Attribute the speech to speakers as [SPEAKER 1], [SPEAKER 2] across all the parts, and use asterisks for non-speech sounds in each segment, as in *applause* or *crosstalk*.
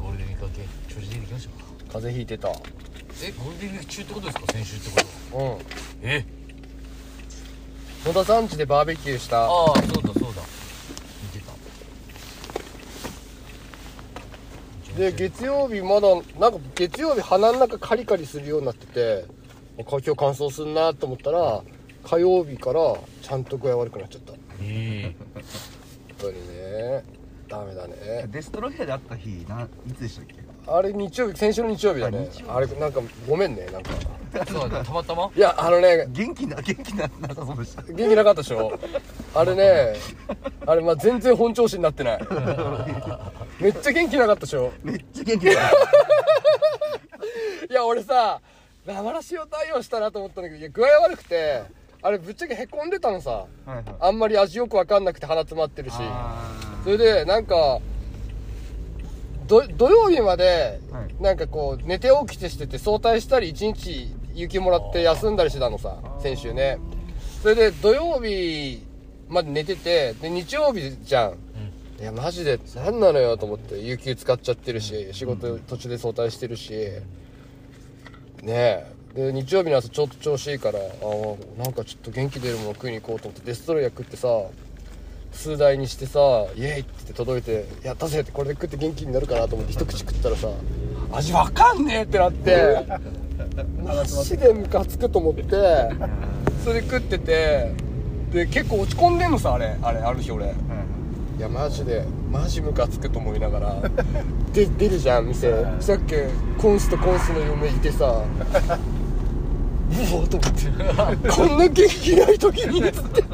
[SPEAKER 1] 調子出てきましたか
[SPEAKER 2] 風邪ひいてたうん
[SPEAKER 1] えゴールデンウィーク中ってことですか先週ってことはえ
[SPEAKER 2] 野田さん家でバーベキューした
[SPEAKER 1] ああそうだそうだ見てた
[SPEAKER 2] で月曜日まだなんか月曜日鼻の中カリカリするようになっててあ今日乾燥すんなと思ったら火曜日からちゃんと具合悪くなっちゃった本
[SPEAKER 1] え
[SPEAKER 2] 当にねダメだね
[SPEAKER 3] デストロイヤーで会った日ないつでしたっけ
[SPEAKER 2] あれ日曜日先週の日曜日だね
[SPEAKER 3] あ日
[SPEAKER 2] あれなんかごめんねなんか
[SPEAKER 1] えそうだねたまたま
[SPEAKER 2] いやあのね
[SPEAKER 3] 元気な元気ななさそうでした
[SPEAKER 2] 元気なかったでしょあれねあれまあ全然本調子になってない
[SPEAKER 3] *laughs*
[SPEAKER 2] めっちゃ元気なかったでしょ
[SPEAKER 3] めっちゃ元気だった
[SPEAKER 2] *laughs* いや俺さ生らしを対応したなと思ったんだけどいや具合悪くてあれぶっちゃけへこんでたのさ
[SPEAKER 3] はいはい
[SPEAKER 2] あんまり味よく分かんなくて鼻詰まってるし
[SPEAKER 3] あ
[SPEAKER 2] それでなんかど土曜日まで
[SPEAKER 3] はい
[SPEAKER 2] なんかこう寝て起きてしてて早退したり1日雪もらって休んだりしてたのさ先週ねそれで土曜日まで寝ててで日曜日じゃん、いやマジで何なのよと思って有給使っちゃってるし仕事途中で早退してるしねえで日曜日の朝ちょっと調子いいからあーなんかちょっと元気出るもの食いに行こうと思ってデストロイヤー食ってさ数台にしてさ「イエイ!」って言って届いて「やったぜ!」ってこれで食って元気になるかなと思って一口食ったらさ「味わかんねえ!」ってなってマジでムカつくと思ってそれで食っててで結構落ち込んでんのさあれあれある日俺。
[SPEAKER 3] ーはい
[SPEAKER 2] いやマジでマジムカつくと思いながら *laughs* で出るじゃん店さっきコンスとコンスの嫁いてさうおーと思ってこんな元気ない時にっつって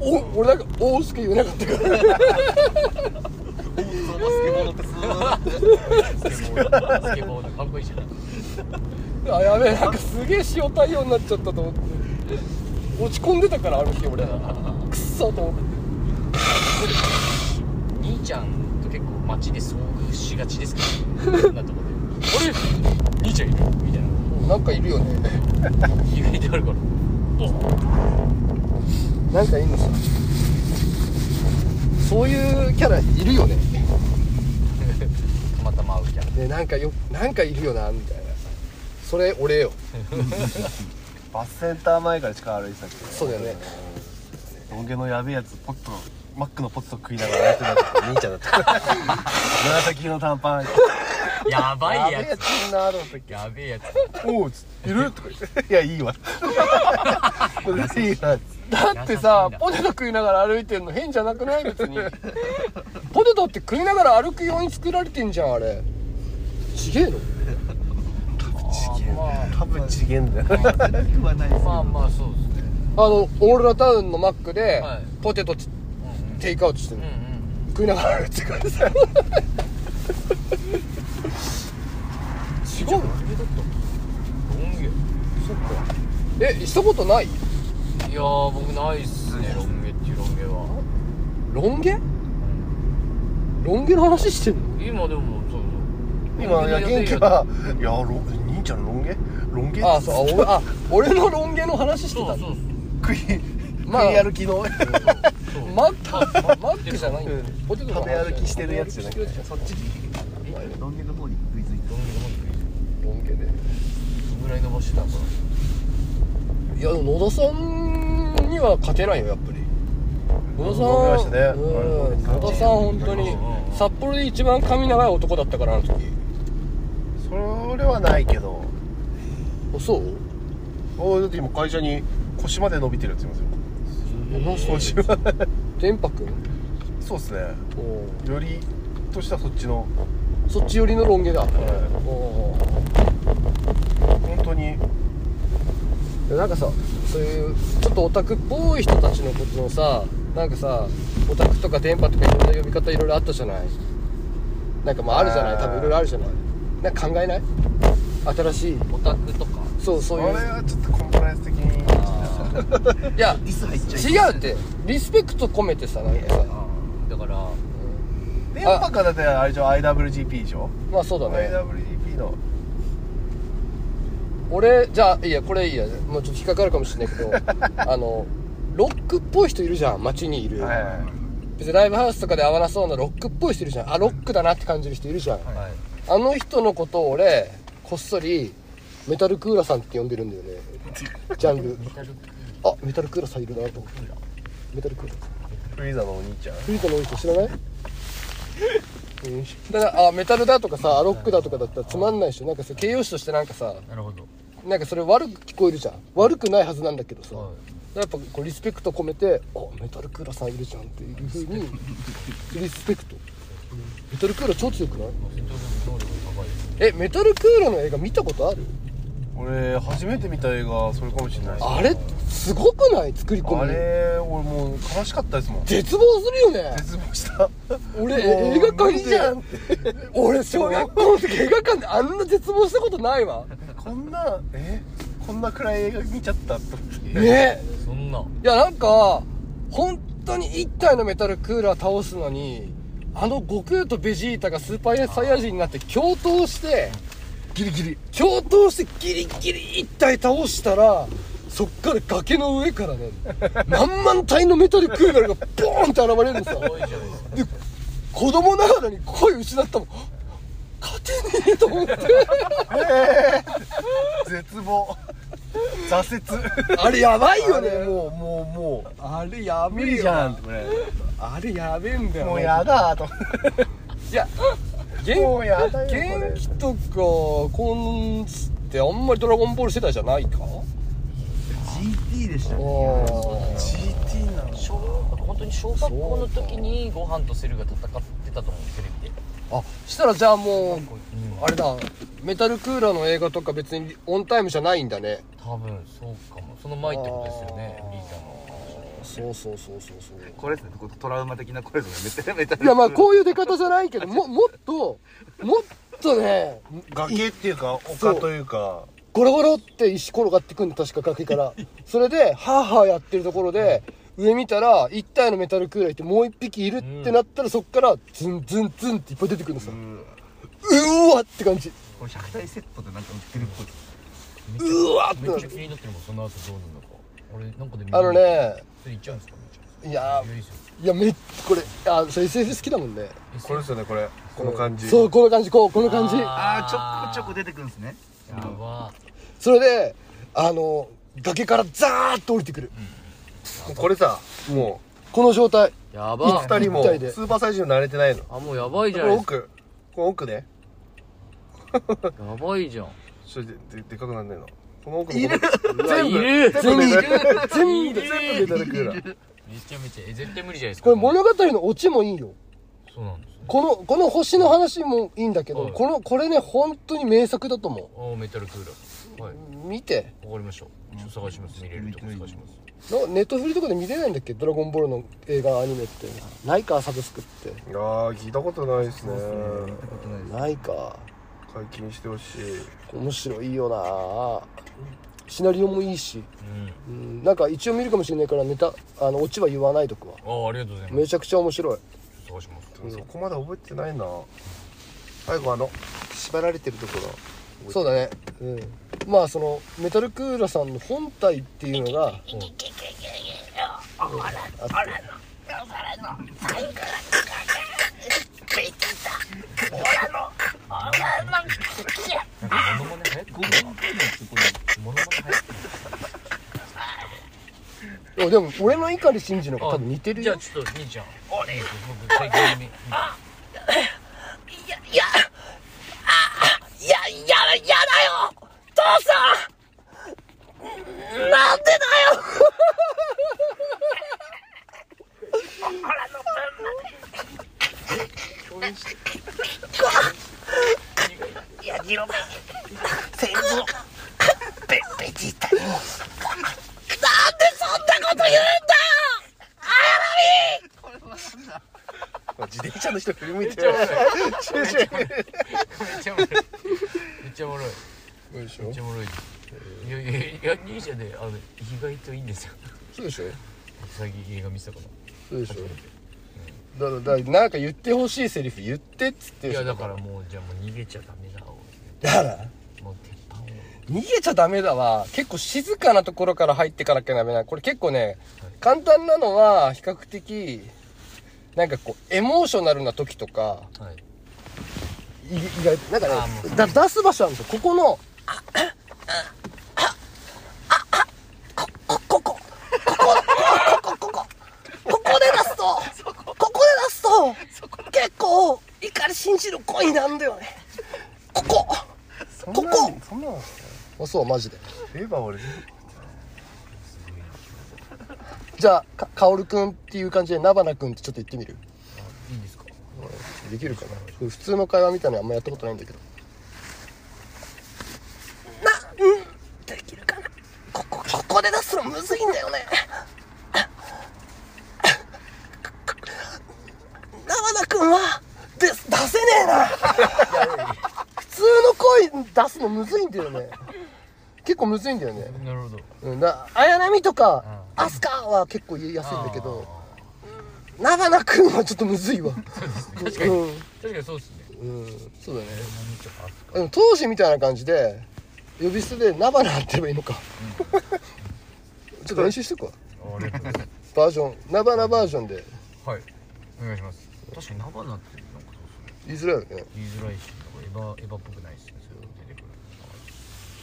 [SPEAKER 2] お俺なんか大しか言えなかったから
[SPEAKER 3] そのスケボー乗ってスーッて
[SPEAKER 1] スケボーだスケボーだかっこいいじゃん
[SPEAKER 2] あやべえなんかすげえ塩対応になっちゃったと思って落ち込んでたからあの日俺くっそと思って
[SPEAKER 1] 兄ちゃんと結構街で遭遇しがちですからねそんなとこであれ兄ちゃんいるみたいな
[SPEAKER 2] なんかいるよね
[SPEAKER 1] 意外とあるからお
[SPEAKER 2] なんかいいのさそういうキャラいるよね
[SPEAKER 1] たまたま会うキャラ
[SPEAKER 2] でなんかよなんかいるよなみたいなそれ俺よ
[SPEAKER 3] バスセンター前から近く歩いてたっけ
[SPEAKER 2] そうだよね
[SPEAKER 3] どんげのやべえやつポットマックのポット食いながらやってたから *laughs* 兄ちゃんだった *laughs* 紫色の短パン
[SPEAKER 1] やばい
[SPEAKER 2] べえ
[SPEAKER 1] やつ
[SPEAKER 2] いるなと思ったっ
[SPEAKER 1] やべえやつ
[SPEAKER 3] おうつっているとか言っていやい *laughs* いわこれいいわ
[SPEAKER 2] け *laughs* だってさポテト食いながら歩いてんの変じゃなくない *laughs* 別にポテトって食いながら歩くように作られてんじゃんあれちげえの
[SPEAKER 3] 多分ちげえんだよ悪くはないです
[SPEAKER 1] まあまあそうですね
[SPEAKER 2] あのオーロラタウンのマックで、
[SPEAKER 1] はい
[SPEAKER 2] ポテトちテイクアウトしてる、
[SPEAKER 1] うんうん
[SPEAKER 2] 食いながら歩いてく *laughs* ださい違うの
[SPEAKER 1] ロン毛
[SPEAKER 2] そっかえしたことない
[SPEAKER 1] いやー僕ないっすねロン毛っていうロン毛は
[SPEAKER 2] ロン毛ロン毛の話してんの
[SPEAKER 1] 今でもそうそう
[SPEAKER 3] *laughs* 今いや元気 *laughs* はいやロ兄ちゃんロン毛ロン毛
[SPEAKER 2] あそうあ俺あ俺のロン毛の話して
[SPEAKER 1] そ
[SPEAKER 2] た
[SPEAKER 1] うそう
[SPEAKER 3] 食い *laughs*
[SPEAKER 2] まあ
[SPEAKER 3] 食い歩き *laughs* の
[SPEAKER 1] そう
[SPEAKER 2] マックマックじゃないんだよ
[SPEAKER 3] うん
[SPEAKER 2] ポテトの話
[SPEAKER 3] 食べ歩きしてるやつじゃなくて
[SPEAKER 2] そっち
[SPEAKER 3] ロン毛の方に食いつい
[SPEAKER 1] ロン毛の方に
[SPEAKER 2] ロン毛で
[SPEAKER 1] どんぐらい伸ばしてたんか
[SPEAKER 2] いやでも野田さんには勝てないよやっぱり野田さん
[SPEAKER 3] 伸びましたね
[SPEAKER 2] うん
[SPEAKER 3] はい
[SPEAKER 2] 野田さん本当に
[SPEAKER 1] うん
[SPEAKER 2] 札幌で一番髪長い男だったからあの時
[SPEAKER 3] それはないけど
[SPEAKER 2] あそう
[SPEAKER 3] あだって今会社に腰まで伸びてるやついますよ腰
[SPEAKER 2] 天
[SPEAKER 3] は
[SPEAKER 2] 白君
[SPEAKER 3] そうっすね
[SPEAKER 2] おう
[SPEAKER 3] よりとしたらそっちの
[SPEAKER 2] そっち寄りのロン毛だ
[SPEAKER 3] い
[SPEAKER 2] おう
[SPEAKER 3] 本当に
[SPEAKER 2] でなんかさそういうちょっとオタクっぽい人たちのことのさなんかさオタクとか電波とかいろんな呼び方いろいろあったじゃないなんかまああるじゃない
[SPEAKER 3] あー
[SPEAKER 2] 多分いろいろあるじゃないなんか考えない新しい
[SPEAKER 1] オタクとか
[SPEAKER 2] そうそうい
[SPEAKER 3] あれ
[SPEAKER 2] う
[SPEAKER 3] はちょっとコンプライアンス的に
[SPEAKER 2] いや
[SPEAKER 3] ス入っ
[SPEAKER 2] 違うってリスペクト込めてさなんかさ
[SPEAKER 1] だから
[SPEAKER 3] 電波かだってあれでしょ IWGP でしょ
[SPEAKER 2] まあそうだね
[SPEAKER 3] IWGP の
[SPEAKER 2] 俺じゃあいいやこれいいやもうちょっと引っかかるかもしれないけどあのロックっぽい人いるじゃん街にいる、
[SPEAKER 3] はい
[SPEAKER 2] 別にライブハウスとかで合わなそうなロックっぽい人いるじゃんあロックだなって感じる人いるじゃん、
[SPEAKER 1] はい
[SPEAKER 2] あの人のことを俺こっそりメタルクーラさんって呼んでるんだよねジャンル
[SPEAKER 1] メタルク
[SPEAKER 2] あメタルクーラさんいるなと思ってメタルクーラ
[SPEAKER 3] フリーザのお兄ちゃん
[SPEAKER 2] フリーザのおじさん知らないだからあメタルだとかさロックだとかだったらつまんないしなんかさ形容詞としてなんかさ
[SPEAKER 1] なるほど
[SPEAKER 2] なんかそれ悪く聞こえるじゃん悪くないはずなんだけどさ、
[SPEAKER 1] は
[SPEAKER 2] やっぱこうリスペクト込めて「あメタルクーラさんいるじゃん」っていうふうにリスペクト、メタルクーラ超強くない
[SPEAKER 1] 戦闘能力高いです
[SPEAKER 2] えメタルクーラの映画見たことある
[SPEAKER 3] 俺初めて見た映画それかもしれないです
[SPEAKER 2] あれすごくない作り込
[SPEAKER 3] あ
[SPEAKER 2] み
[SPEAKER 3] れ俺もう悲しかったですもん
[SPEAKER 2] 絶望するよね
[SPEAKER 3] 絶望した
[SPEAKER 2] 俺
[SPEAKER 3] もう
[SPEAKER 2] 映画館じゃん俺小学校の時映画館であんな絶望したことないわ
[SPEAKER 3] こんなえこんな暗い映画見ちゃったと思って
[SPEAKER 2] ね
[SPEAKER 1] そんない
[SPEAKER 2] やなんか本当に一体のメタルクーラー倒すのにあの悟空とベジータがスーパーサイヤ人になって共闘して
[SPEAKER 3] ギリギリ
[SPEAKER 2] 共闘してギリギリ一体倒したらそっから崖の上から *laughs* ね何万体のメタルクーラーがボーンって現れるんですよ
[SPEAKER 1] 怖いじゃないですか
[SPEAKER 2] で子供ながらに声失ったもん勝てねえと思って
[SPEAKER 3] 絶望挫折
[SPEAKER 2] あれやばいよ
[SPEAKER 3] あれ
[SPEAKER 2] ね
[SPEAKER 3] もうもうもう
[SPEAKER 2] あれやべ
[SPEAKER 3] 無
[SPEAKER 2] え
[SPEAKER 3] 理
[SPEAKER 2] よ
[SPEAKER 3] じゃんってこれ
[SPEAKER 2] あれやべえんだよ
[SPEAKER 3] もうやだーと
[SPEAKER 2] いや
[SPEAKER 3] もうやだよこ
[SPEAKER 2] 元
[SPEAKER 3] れ
[SPEAKER 2] 気とかコンツってあんまり「ドラゴンボール」世代じゃないか
[SPEAKER 3] GT でした
[SPEAKER 2] お
[SPEAKER 3] GT なの
[SPEAKER 1] 小本当に小学校の時にご飯とセルが戦ってたと思うテレビで
[SPEAKER 2] あしたらじゃあも
[SPEAKER 1] う
[SPEAKER 2] う
[SPEAKER 1] ん
[SPEAKER 2] あれだメタルクーラーの映画とか別にオンタイムじゃないんだね
[SPEAKER 1] 多分そうかもその前ってことですよねリーザの
[SPEAKER 2] そうそうそうそうそう
[SPEAKER 4] これですねトラウマ的なこれですねめっちゃめっちゃ
[SPEAKER 2] いやまあこういう出方じゃないけどももっともっとね
[SPEAKER 3] 崖っていうか丘
[SPEAKER 2] そう
[SPEAKER 3] というか
[SPEAKER 2] ゴロゴロって石転がってくんの確か
[SPEAKER 1] *laughs*
[SPEAKER 2] 崖からそれでハーハーやってるところで上見たら一体のメタルクーラーいてもう一匹いるってなったらそっからズンズンズンっていっぱい出てくるのさうーわって感じ
[SPEAKER 4] これ100体セットでなんか売ってるっぽいう
[SPEAKER 2] わって
[SPEAKER 1] め
[SPEAKER 2] な
[SPEAKER 1] っちゃ
[SPEAKER 2] る
[SPEAKER 1] 気になってるもんその後どうなるのか俺なんかで見る
[SPEAKER 2] あのね
[SPEAKER 1] それいっちゃうんですかめっちゃ
[SPEAKER 2] いや
[SPEAKER 1] いやいいですよ
[SPEAKER 2] いやめっこれあそう SF 好きだもんね
[SPEAKER 3] これですよねこれこの感じ
[SPEAKER 2] そうこの感じこうこの感じ
[SPEAKER 4] ああちょこちょこ出てくるんですね
[SPEAKER 1] やば
[SPEAKER 2] それであの崖からザーッと降りてくる
[SPEAKER 3] これさも
[SPEAKER 2] この状態
[SPEAKER 1] や
[SPEAKER 3] う
[SPEAKER 1] ば
[SPEAKER 3] 二人も
[SPEAKER 2] 一体で
[SPEAKER 3] スーパーサイジン慣れてないのこ
[SPEAKER 1] あもうやばいじゃ
[SPEAKER 3] れ
[SPEAKER 1] ないですか
[SPEAKER 3] 奥この奥ね
[SPEAKER 1] やばいじゃん
[SPEAKER 3] ちょっとでででかくなんないのこの奥のここ
[SPEAKER 1] うわ
[SPEAKER 3] 全
[SPEAKER 1] い
[SPEAKER 3] 部
[SPEAKER 1] る
[SPEAKER 2] 全部いる
[SPEAKER 1] *laughs* 全部いる
[SPEAKER 2] 全部
[SPEAKER 3] 全部メタルクーラー
[SPEAKER 1] めちゃめちゃえ絶対無理じゃないですか
[SPEAKER 2] これ物語のオチもいいよ
[SPEAKER 1] そうなんですね
[SPEAKER 2] このこの星の話もいいんだけど、
[SPEAKER 1] はい
[SPEAKER 2] このこれね本当に名作だと思
[SPEAKER 1] あーメタルクーラーはいう
[SPEAKER 2] 見て
[SPEAKER 1] わかりましたちょっと探します見れるとこ探します
[SPEAKER 2] なネットフリとかで見れないんだっけ「ドラゴンボール」の映画アニメってないかサブスクって
[SPEAKER 3] いやー聞いたことないですね
[SPEAKER 2] ないか
[SPEAKER 3] 解禁してほしい
[SPEAKER 2] 面白いよなシナリオもいいし、
[SPEAKER 1] うん
[SPEAKER 2] うん、なんか一応見るかもしれないからネタあのオチは言わないとくわ
[SPEAKER 1] あーありがとうございま
[SPEAKER 2] め
[SPEAKER 1] す
[SPEAKER 2] ちゃくちゃ面白い
[SPEAKER 1] 探します
[SPEAKER 3] そこまで覚えてないな最後あの縛られてるところ
[SPEAKER 2] そうだねうんまあそのメタルクーラさんの本体っていうのが
[SPEAKER 1] なんかモノマネ流行ってるなモノマネ流行ってる
[SPEAKER 2] いやでも俺の碇シンジの方が多分似てる
[SPEAKER 1] じゃあ
[SPEAKER 2] よ
[SPEAKER 1] ちょっと兄ちゃん俺僕最近見
[SPEAKER 5] いや、いや、いやだよ父さんなんでだよいや、ジロベ、セイズベ、ベジータにも。なんでそんなこと言うんだよ
[SPEAKER 3] 自転車の人振り向いてる
[SPEAKER 1] めっちゃおもろいめっちゃおもろい
[SPEAKER 2] *laughs* そうでし
[SPEAKER 1] めっちゃおもろいいやいやいや兄ちゃんねあの意外といいんですよ
[SPEAKER 2] そうでしょ
[SPEAKER 1] 最近映画見せたから
[SPEAKER 2] そうでしょだからだからなんか言ってほしいセリフ言ってっつって
[SPEAKER 1] い
[SPEAKER 2] る
[SPEAKER 1] や
[SPEAKER 2] でし
[SPEAKER 1] だ
[SPEAKER 2] ょ
[SPEAKER 1] からもうじゃあもう逃げちゃダメだも
[SPEAKER 2] だから
[SPEAKER 1] う鉄板を
[SPEAKER 2] 逃げちゃダメだわ結構静かなところから入ってかなきゃダメなこれ結構ね簡単なのは比較的なんかこうエモーショナルな時とか
[SPEAKER 1] はい
[SPEAKER 2] い意外となんかねだ出す場所あるんですよここの
[SPEAKER 5] ここここここここここで出すとここで出すと結構怒り信じる恋なんだよねここ
[SPEAKER 3] そん
[SPEAKER 5] ここ
[SPEAKER 3] そんなの
[SPEAKER 2] あそうマジで
[SPEAKER 3] ええば俺
[SPEAKER 2] じゃあか薫くんっていう感じでなばなくんってちょっと言ってみる
[SPEAKER 4] いいんですか
[SPEAKER 2] できるかな普通の会話みたいなのあんまやったことないんだけど
[SPEAKER 5] なうんできるかなここここで出すのむずいんだよね長田君はで出せねえな
[SPEAKER 2] 普通の声出すのむずいんだよね結構むずいんだよね
[SPEAKER 1] なるほど
[SPEAKER 2] うんだ綾波とか、アスカは結構言いやすいんだけど長野くんはちょっとむずいわ
[SPEAKER 1] 確かに、
[SPEAKER 2] うん
[SPEAKER 1] 確かにそうですね
[SPEAKER 2] うんそうだねでも当時みたいな感じで呼び捨てで「ナバナ」って言えばいいのかちょっと練習してこ
[SPEAKER 1] ありがとうございま
[SPEAKER 2] バージョンナバナバージョンです
[SPEAKER 1] *laughs* はいお願いします確かに生なってなんかそうですね
[SPEAKER 2] 言いづらいよね
[SPEAKER 1] 言いづらいしなんかエヴァエヴァっぽくないですねそれが出てく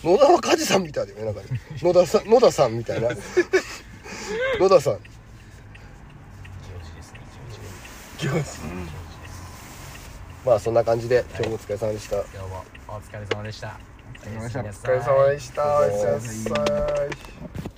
[SPEAKER 1] る
[SPEAKER 2] 野田は梶さんみたいだよねなんかね野田さん野田さんみたいな野田さん
[SPEAKER 1] 気持ちですね気持ちが
[SPEAKER 2] まあそんな感じで今日もお疲れ様でした、
[SPEAKER 1] 今日もお疲れ様でしたお疲れ様でし
[SPEAKER 2] お疲れ様でしたおやすみなさい